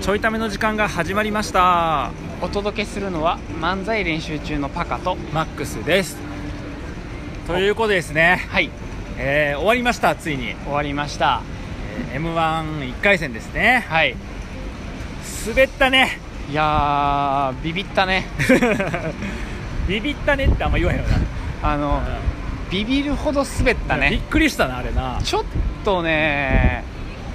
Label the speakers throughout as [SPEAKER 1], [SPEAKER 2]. [SPEAKER 1] ちょいための時間が始まりました
[SPEAKER 2] お届けするのは漫才練習中のパカと
[SPEAKER 1] マックスですということでですね、
[SPEAKER 2] はい
[SPEAKER 1] えー終わりましたついに、
[SPEAKER 2] 終わりました
[SPEAKER 1] え m 1 1回戦ですね
[SPEAKER 2] はい
[SPEAKER 1] 滑ったね
[SPEAKER 2] いやービビったね
[SPEAKER 1] ビビったねってあんま言わへんよ
[SPEAKER 2] あの
[SPEAKER 1] な、
[SPEAKER 2] ビビるほど滑った
[SPEAKER 1] びっ
[SPEAKER 2] ね
[SPEAKER 1] くりしたなあれな
[SPEAKER 2] ちょっとね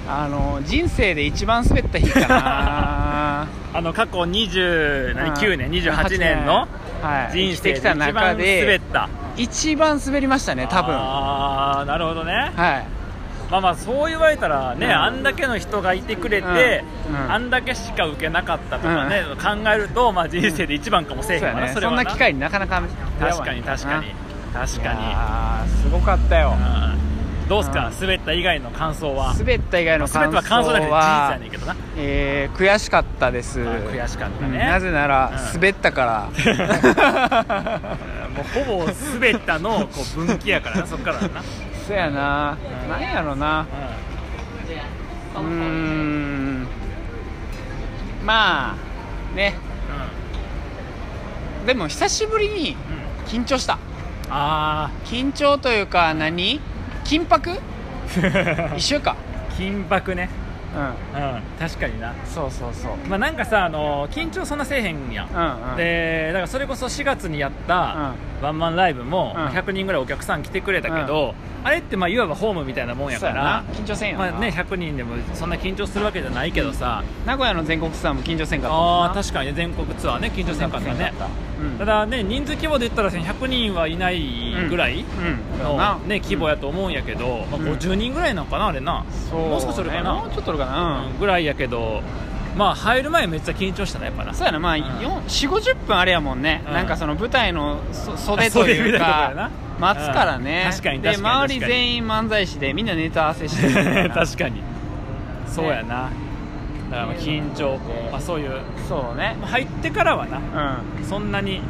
[SPEAKER 2] あの人生で一番滑った日か な
[SPEAKER 1] あの過去29年
[SPEAKER 2] うん
[SPEAKER 1] 28年の
[SPEAKER 2] はい
[SPEAKER 1] 人生で
[SPEAKER 2] 生きてき
[SPEAKER 1] 一
[SPEAKER 2] た
[SPEAKER 1] 番
[SPEAKER 2] 中
[SPEAKER 1] 滑っ
[SPEAKER 2] で
[SPEAKER 1] た
[SPEAKER 2] 一番滑りましたね多分
[SPEAKER 1] あ
[SPEAKER 2] は
[SPEAKER 1] あなるほどね
[SPEAKER 2] い
[SPEAKER 1] まあまあそう言われたらね、
[SPEAKER 2] うん
[SPEAKER 1] あんだけの人がいてくれて、
[SPEAKER 2] うんうん
[SPEAKER 1] あんだけしか受けなかったとかね、考えると、まあ、人生で一番かもせえへ
[SPEAKER 2] そ
[SPEAKER 1] ん
[SPEAKER 2] う
[SPEAKER 1] わ
[SPEAKER 2] や
[SPEAKER 1] な、
[SPEAKER 2] ね
[SPEAKER 1] れ
[SPEAKER 2] そ
[SPEAKER 1] は
[SPEAKER 2] んな機会になかなか
[SPEAKER 1] 確かに確かに確
[SPEAKER 2] い
[SPEAKER 1] か
[SPEAKER 2] やーすごかったよ
[SPEAKER 1] に、うんどうすか
[SPEAKER 2] うん
[SPEAKER 1] 滑った以外の感想は
[SPEAKER 2] 滑った以外の
[SPEAKER 1] 滑っ
[SPEAKER 2] 感
[SPEAKER 1] た
[SPEAKER 2] 想
[SPEAKER 1] は
[SPEAKER 2] は
[SPEAKER 1] 感想だけで事実やねんけどな、
[SPEAKER 2] えー悔しかったです、
[SPEAKER 1] まあ悔しかったね、
[SPEAKER 2] うんなぜなら
[SPEAKER 1] うん
[SPEAKER 2] 滑ったから、
[SPEAKER 1] うんもうほぼ滑ったのをこう分岐やから なそっからだな、
[SPEAKER 2] そ
[SPEAKER 1] う
[SPEAKER 2] やな、
[SPEAKER 1] ん
[SPEAKER 2] なんやろなうーんまあねでも久しぶりに
[SPEAKER 1] うんうんうん
[SPEAKER 2] 緊張した
[SPEAKER 1] あ
[SPEAKER 2] 緊張というか何緊迫
[SPEAKER 1] あ
[SPEAKER 2] 一週か
[SPEAKER 1] 緊迫ね
[SPEAKER 2] う
[SPEAKER 1] うん確かになん
[SPEAKER 2] そうそうそう
[SPEAKER 1] まあなんかさあの緊張そんなせえへんやん
[SPEAKER 2] うんうん
[SPEAKER 1] でだからそれこそ4月にやったワンマンライブも
[SPEAKER 2] うん
[SPEAKER 1] 100人ぐらいお客さん来てくれたけど、あれってまあいわばホームみたいなもんや
[SPEAKER 2] そ
[SPEAKER 1] か
[SPEAKER 2] や
[SPEAKER 1] ら
[SPEAKER 2] な緊張せんよな、
[SPEAKER 1] まあね、100人でもそんな緊張するわけじゃないけどさ、
[SPEAKER 2] 名古屋の全国ツアーも緊張せんかったもん
[SPEAKER 1] あ
[SPEAKER 2] な
[SPEAKER 1] あ確かにね全国ツアーね緊張せんかったね
[SPEAKER 2] うん
[SPEAKER 1] ただね人数規模で言ったら100人はいないぐらい
[SPEAKER 2] うんそうや
[SPEAKER 1] の、ね、規模やと思うんやけど、まあ、
[SPEAKER 2] うん
[SPEAKER 1] 50人ぐらいなんかなあれな、
[SPEAKER 2] そうね
[SPEAKER 1] もう少しするかな
[SPEAKER 2] もうちょっとおるかな
[SPEAKER 1] うんぐらいやけどまあ入る前めっちゃ緊張したねやっぱな
[SPEAKER 2] そうやなまあ
[SPEAKER 1] うん
[SPEAKER 2] 4 5 0分あれやもんね、
[SPEAKER 1] うん
[SPEAKER 2] なんかその舞台のそ袖と
[SPEAKER 1] 袖
[SPEAKER 2] い
[SPEAKER 1] み
[SPEAKER 2] う
[SPEAKER 1] たいなと
[SPEAKER 2] か
[SPEAKER 1] こやな
[SPEAKER 2] 待つからね、
[SPEAKER 1] うん確かに
[SPEAKER 2] で
[SPEAKER 1] 確かに
[SPEAKER 2] 周り全員漫才師でみんなネタ合わせしてるみたいな
[SPEAKER 1] 確かにそうやな、だからまあ緊張、まあ、そういう
[SPEAKER 2] そうね
[SPEAKER 1] まあ入ってからはな
[SPEAKER 2] う
[SPEAKER 1] そんなに
[SPEAKER 2] んうん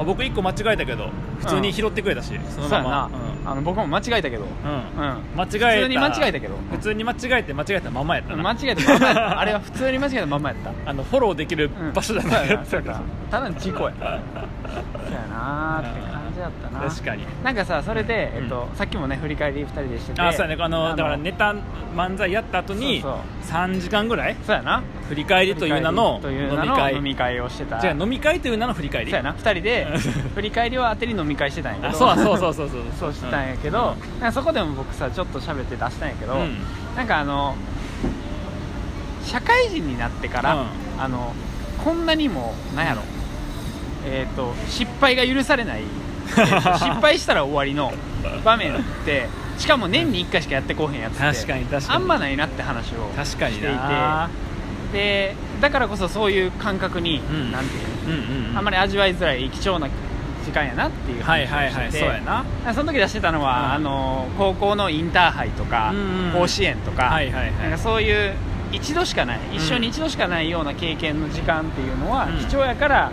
[SPEAKER 1] あ僕1個間違えたけど普通に拾ってくれたし、そ
[SPEAKER 2] そ
[SPEAKER 1] の
[SPEAKER 2] うや
[SPEAKER 1] ま
[SPEAKER 2] な
[SPEAKER 1] ま、
[SPEAKER 2] あの僕も間違えたけど、
[SPEAKER 1] うん、
[SPEAKER 2] うん、
[SPEAKER 1] 間違えた
[SPEAKER 2] 普通に間違えたけど
[SPEAKER 1] 普通に間違えて間違えたままやったな
[SPEAKER 2] 間違えたまんまやったあれは普通に間違えたまんまやっ た、
[SPEAKER 1] あのフォローできる
[SPEAKER 2] うん、
[SPEAKER 1] 場所だ
[SPEAKER 2] そう
[SPEAKER 1] な
[SPEAKER 2] や
[SPEAKER 1] や
[SPEAKER 2] な
[SPEAKER 1] つ
[SPEAKER 2] そ
[SPEAKER 1] だ
[SPEAKER 2] う
[SPEAKER 1] から
[SPEAKER 2] やなただの 事故やそうやなーって感じだったな
[SPEAKER 1] 確かに
[SPEAKER 2] なんかさそれで、
[SPEAKER 1] うん
[SPEAKER 2] えっとさっきもね振り返り2人でしてて
[SPEAKER 1] あそうやねあのだからネタ漫才やった後に
[SPEAKER 2] そう
[SPEAKER 1] 3時間ぐらい
[SPEAKER 2] そうやな
[SPEAKER 1] 振り返りという名の
[SPEAKER 2] という
[SPEAKER 1] 飲
[SPEAKER 2] 名
[SPEAKER 1] み
[SPEAKER 2] の
[SPEAKER 1] 会
[SPEAKER 2] 飲み会をしてた
[SPEAKER 1] じゃあ飲み会という名の振り返り
[SPEAKER 2] そうやな2人 で
[SPEAKER 1] うん
[SPEAKER 2] 振り返りは当てに飲み会してたんやけ
[SPEAKER 1] あ
[SPEAKER 2] ど
[SPEAKER 1] そうそうそううそうそう
[SPEAKER 2] そうしてたんやけど、なんかそこでも僕さちょっと喋って出したんやけど、
[SPEAKER 1] うん
[SPEAKER 2] なんかあの社会人になってから、
[SPEAKER 1] うん
[SPEAKER 2] あのこんなにもなんやろ、えっ、と失敗が許されないえーと失敗したら終わりの場面ってしかも年に1回しかやってこうへんやつって
[SPEAKER 1] 確かに確かに
[SPEAKER 2] あんまないなって話を
[SPEAKER 1] 確かに
[SPEAKER 2] していて
[SPEAKER 1] な
[SPEAKER 2] でだからこそそういう感覚に、
[SPEAKER 1] ん
[SPEAKER 2] なんていう
[SPEAKER 1] うんうんうん
[SPEAKER 2] のあんまり味わいづらい貴重な時間やなっていう
[SPEAKER 1] は
[SPEAKER 2] 話
[SPEAKER 1] い
[SPEAKER 2] を
[SPEAKER 1] はいはい
[SPEAKER 2] し
[SPEAKER 1] そ
[SPEAKER 2] て
[SPEAKER 1] う
[SPEAKER 2] て、
[SPEAKER 1] やな
[SPEAKER 2] その時出してたのは、
[SPEAKER 1] うん
[SPEAKER 2] あの高校のインターハイとか、
[SPEAKER 1] うんうん
[SPEAKER 2] 甲子園とか,、
[SPEAKER 1] はいはいはい
[SPEAKER 2] なんかそういう一度しかない一生に一度しかないような経験の時間っていうのは、
[SPEAKER 1] うん
[SPEAKER 2] 貴重やから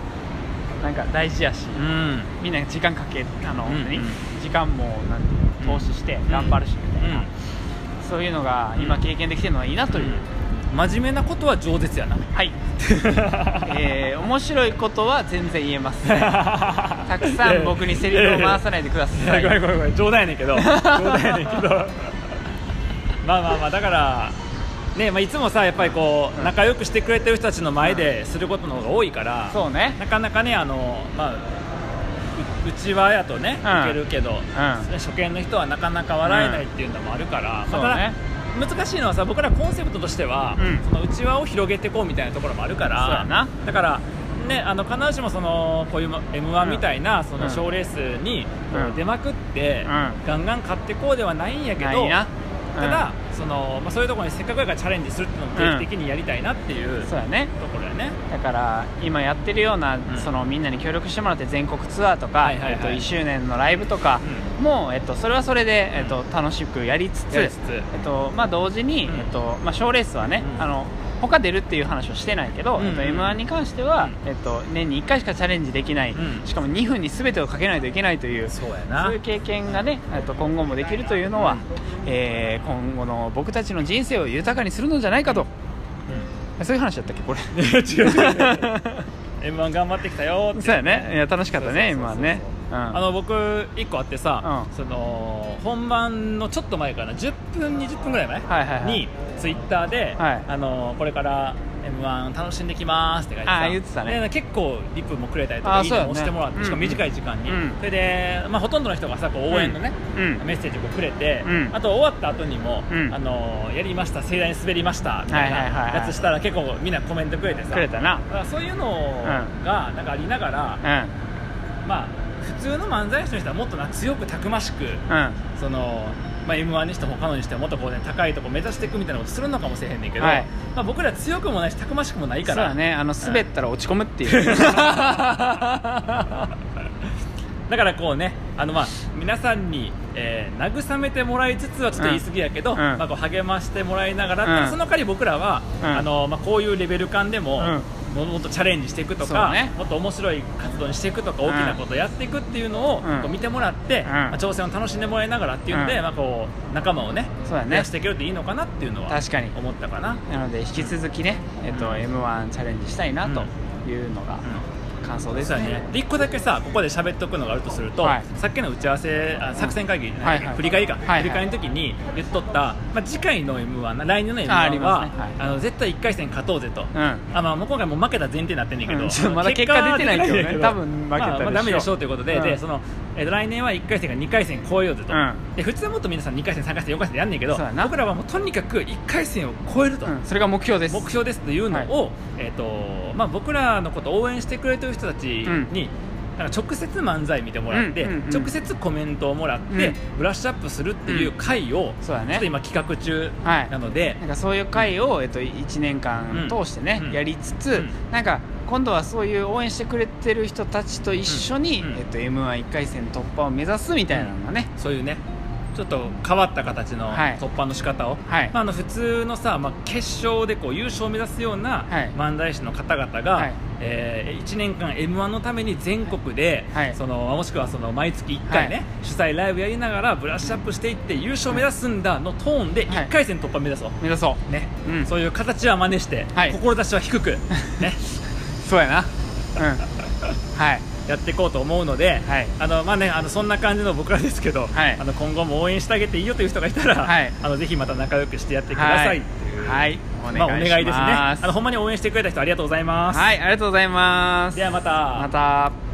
[SPEAKER 2] なんか大事やし、
[SPEAKER 1] うん
[SPEAKER 2] みんな時間かけあの、
[SPEAKER 1] うんうん
[SPEAKER 2] 何時間もなんていうの投資して頑張るしみたいな、そういうのが今経験できてるのはいいなという、
[SPEAKER 1] うん真面目なことは饒舌やな
[SPEAKER 2] はい えー、面白いことは全然言えますねたくさん僕にセリフを回さないでくだ
[SPEAKER 1] い
[SPEAKER 2] さ
[SPEAKER 1] や
[SPEAKER 2] い
[SPEAKER 1] ごめんごめんごめん冗談やねん けど冗談やねんけどまあまあまあだからねまあ、いつもさやっぱりこう、
[SPEAKER 2] うん
[SPEAKER 1] 仲良くしてくれてる人たちの前ですることの方が多いから、
[SPEAKER 2] そうね
[SPEAKER 1] なかなかねあの、まあ、ううちはやとね、
[SPEAKER 2] うん
[SPEAKER 1] いけるけど、初見の人はなかなか笑えないっていうのもあるから、
[SPEAKER 2] うん
[SPEAKER 1] まあただ難しいのはさ僕らコンセプトとしては、
[SPEAKER 2] うん
[SPEAKER 1] そのうちわを広げていこうみたいなところもあるから
[SPEAKER 2] そうやな
[SPEAKER 1] だから、ね、あの必ずしもそのこういう m 1みたいなその
[SPEAKER 2] うん
[SPEAKER 1] 賞レースに
[SPEAKER 2] うん
[SPEAKER 1] こう出まくって、
[SPEAKER 2] うん
[SPEAKER 1] ガンガン買ってこうではないんやけど
[SPEAKER 2] ないな
[SPEAKER 1] ただ、そのまあ、そういうところにせっかくやからチャレンジするっていうのも定期的にやりたいなっていう、
[SPEAKER 2] うん
[SPEAKER 1] と
[SPEAKER 2] そうやね
[SPEAKER 1] ころやね。
[SPEAKER 2] だから今やってるような、
[SPEAKER 1] ん
[SPEAKER 2] そのみんなに協力してもらって全国ツアーとか、
[SPEAKER 1] はいはいはい
[SPEAKER 2] えっと、1周年のライブとかも、えっと、それはそれで、えっと、楽しくやりつつ
[SPEAKER 1] やりつつ
[SPEAKER 2] えっとまあ、同時に、
[SPEAKER 1] うん
[SPEAKER 2] えっとまあ、賞レースはね、
[SPEAKER 1] うん
[SPEAKER 2] あの他出るっていう話をしてないけど、
[SPEAKER 1] うん
[SPEAKER 2] えっと、m 1に関しては、
[SPEAKER 1] う
[SPEAKER 2] えっと、年に1回しかチャレンジできない、
[SPEAKER 1] うん
[SPEAKER 2] しかも2分に全てをかけないといけないという
[SPEAKER 1] そうや
[SPEAKER 2] そういう経験がね、えっと今後もできるというのは、えー今後の僕たちの人生を豊かにするのじゃないかと、そういう話だったっけこれ
[SPEAKER 1] 違う違う違う m 1頑張ってきたよーって
[SPEAKER 2] そうやねいや楽しかったね
[SPEAKER 1] そうそうそうそう
[SPEAKER 2] M1 ねうん
[SPEAKER 1] あの僕一個あってさ、
[SPEAKER 2] うん
[SPEAKER 1] その本番のちょっと前かな10分20分ぐらい前、
[SPEAKER 2] はいはいはい
[SPEAKER 1] にツイッターで、
[SPEAKER 2] はい
[SPEAKER 1] あのこれから m 1楽しんできますって書いて
[SPEAKER 2] あー言ってたね
[SPEAKER 1] で結構リップもくれたりとか
[SPEAKER 2] あー
[SPEAKER 1] いいね
[SPEAKER 2] そうだ
[SPEAKER 1] も
[SPEAKER 2] ね
[SPEAKER 1] 押してもらって、しかも
[SPEAKER 2] うん
[SPEAKER 1] 短い時間に、
[SPEAKER 2] うん
[SPEAKER 1] それで、まあ、ほとんどの人がさこう応援のね、
[SPEAKER 2] うんうん
[SPEAKER 1] メッセージをこうくれて、
[SPEAKER 2] うん
[SPEAKER 1] あと終わった後にも、
[SPEAKER 2] うん
[SPEAKER 1] あのやりました盛大に滑りましたみたいな
[SPEAKER 2] はいはいはいはい
[SPEAKER 1] やつしたら結構みんなコメントくれてさ
[SPEAKER 2] くれたな
[SPEAKER 1] だからそういうのがなんかありながら、
[SPEAKER 2] う
[SPEAKER 1] まあ、普通の漫才師の人はもっとな強くたくましく
[SPEAKER 2] んうん
[SPEAKER 1] その、まあ、m 1にしても他のにしてももっとこう、ね、高いとこ目指していくみたいなことするのかもしれへんねんけど、
[SPEAKER 2] はい
[SPEAKER 1] まあ、僕ら強くもないしたくましくもない
[SPEAKER 2] そ
[SPEAKER 1] か
[SPEAKER 2] う
[SPEAKER 1] ら
[SPEAKER 2] だねあの
[SPEAKER 1] ん
[SPEAKER 2] 滑ったら落ち込むって いう
[SPEAKER 1] だからこうねあのまあ皆さんに、えー慰めてもらいつつはちょっと言い過ぎやけど、
[SPEAKER 2] うん
[SPEAKER 1] まあ、こう励ましてもらいながら、
[SPEAKER 2] うん
[SPEAKER 1] その代わり僕らは、
[SPEAKER 2] うん
[SPEAKER 1] あのまあ、こういうレベル感でも、
[SPEAKER 2] う
[SPEAKER 1] もっともっとチャレンジしていくと
[SPEAKER 2] そ
[SPEAKER 1] か、
[SPEAKER 2] うね
[SPEAKER 1] もっと面白い活動にしていくとか大きなことやっていくっていうのを、
[SPEAKER 2] うん
[SPEAKER 1] こう見てもらって、
[SPEAKER 2] ん
[SPEAKER 1] まあ、挑戦を楽しんでもらいながらっていうので、
[SPEAKER 2] うん
[SPEAKER 1] まあ、こう仲間をね
[SPEAKER 2] そうだね
[SPEAKER 1] 増やしていけるといいのかなっていうのは
[SPEAKER 2] 確かに
[SPEAKER 1] 思ったかな。
[SPEAKER 2] なので引き続きね、えっ
[SPEAKER 1] うん
[SPEAKER 2] と m 1チャレンジしたいなというのが感想です
[SPEAKER 1] そうだね
[SPEAKER 2] ね、
[SPEAKER 1] で1個だけさここで喋っとくのがあるとすると、
[SPEAKER 2] はい
[SPEAKER 1] さっきの打ち合わせあ作戦会議、
[SPEAKER 2] はいはい
[SPEAKER 1] 振り返りか、
[SPEAKER 2] はいはい
[SPEAKER 1] 振り返りの時に言っとった、まあ、次回の m 1来年の m 1
[SPEAKER 2] あ
[SPEAKER 1] は
[SPEAKER 2] ありますねはい
[SPEAKER 1] あの絶対1回戦勝とうぜと、
[SPEAKER 2] うん
[SPEAKER 1] あまあ、もう今回もう負けた前提になってんねんけど、
[SPEAKER 2] うんちょっとまだ結果出てないけど
[SPEAKER 1] 結
[SPEAKER 2] ね
[SPEAKER 1] 果出て
[SPEAKER 2] 多分負けたでしょ
[SPEAKER 1] まあまあダメでしょうということで,、
[SPEAKER 2] うん
[SPEAKER 1] でそのえーと来年は1回戦が2回戦超えようぜと、
[SPEAKER 2] うん
[SPEAKER 1] で普通はもっと皆さん2回戦3回戦4回戦やんねんけど
[SPEAKER 2] そうやな
[SPEAKER 1] 僕らはもうとにかく1回戦を超えると。
[SPEAKER 2] うんそれが目標です
[SPEAKER 1] 目標ですというのを、えーとまあ、僕らのことを応援してくれてる人たちに、なんか直接漫才見てもらって、
[SPEAKER 2] うんうんうん
[SPEAKER 1] 直接コメントをもらって、
[SPEAKER 2] うん
[SPEAKER 1] ブラッシュアップするっていう回を、
[SPEAKER 2] そうだ
[SPEAKER 1] ちょっと
[SPEAKER 2] ね
[SPEAKER 1] 今企画中
[SPEAKER 2] はい
[SPEAKER 1] なので、
[SPEAKER 2] なんかそういう会を、えっと、1年間通してね、
[SPEAKER 1] うん
[SPEAKER 2] やりつつ、
[SPEAKER 1] うん
[SPEAKER 2] なんか今度はそういう応援してくれてる人たちと一緒に、
[SPEAKER 1] うんうん
[SPEAKER 2] えっと、m 1 1回戦突破を目指すみたいなのがね、
[SPEAKER 1] そういうねちょっと変わった形の
[SPEAKER 2] はい
[SPEAKER 1] 突破の仕方を、
[SPEAKER 2] はい
[SPEAKER 1] まあ、あの普通のさ、まあ、決勝でこう優勝を目指すような
[SPEAKER 2] はい
[SPEAKER 1] 漫才師の方々が、
[SPEAKER 2] はい
[SPEAKER 1] え1年間 m 1のために全国で、
[SPEAKER 2] はい
[SPEAKER 1] そのもしくはその毎月1回ね、
[SPEAKER 2] はい
[SPEAKER 1] 主催ライブやりながらブラッシュアップしていって優勝を目指すんだのトーンで
[SPEAKER 2] はい
[SPEAKER 1] 1回戦突破目指そう、
[SPEAKER 2] 目指そう
[SPEAKER 1] ね
[SPEAKER 2] うん
[SPEAKER 1] そういう形は真似して、
[SPEAKER 2] はい
[SPEAKER 1] 志は低 く、ね、
[SPEAKER 2] そうやなうんはい
[SPEAKER 1] やっていこうと思うので。
[SPEAKER 2] はい
[SPEAKER 1] あのまあね、あのそんな感じの僕らですけど、
[SPEAKER 2] はい
[SPEAKER 1] あの今後も応援してあげていいよという人がいたら、
[SPEAKER 2] はい
[SPEAKER 1] あのぜひまた仲良くしてやってくださいっていう、
[SPEAKER 2] はい、はい
[SPEAKER 1] まあ、お
[SPEAKER 2] お願
[SPEAKER 1] 願
[SPEAKER 2] いします,、
[SPEAKER 1] いですねあのほんまに応援してくれた人ありがとうございます、
[SPEAKER 2] はいありがとうございます
[SPEAKER 1] ではまた
[SPEAKER 2] また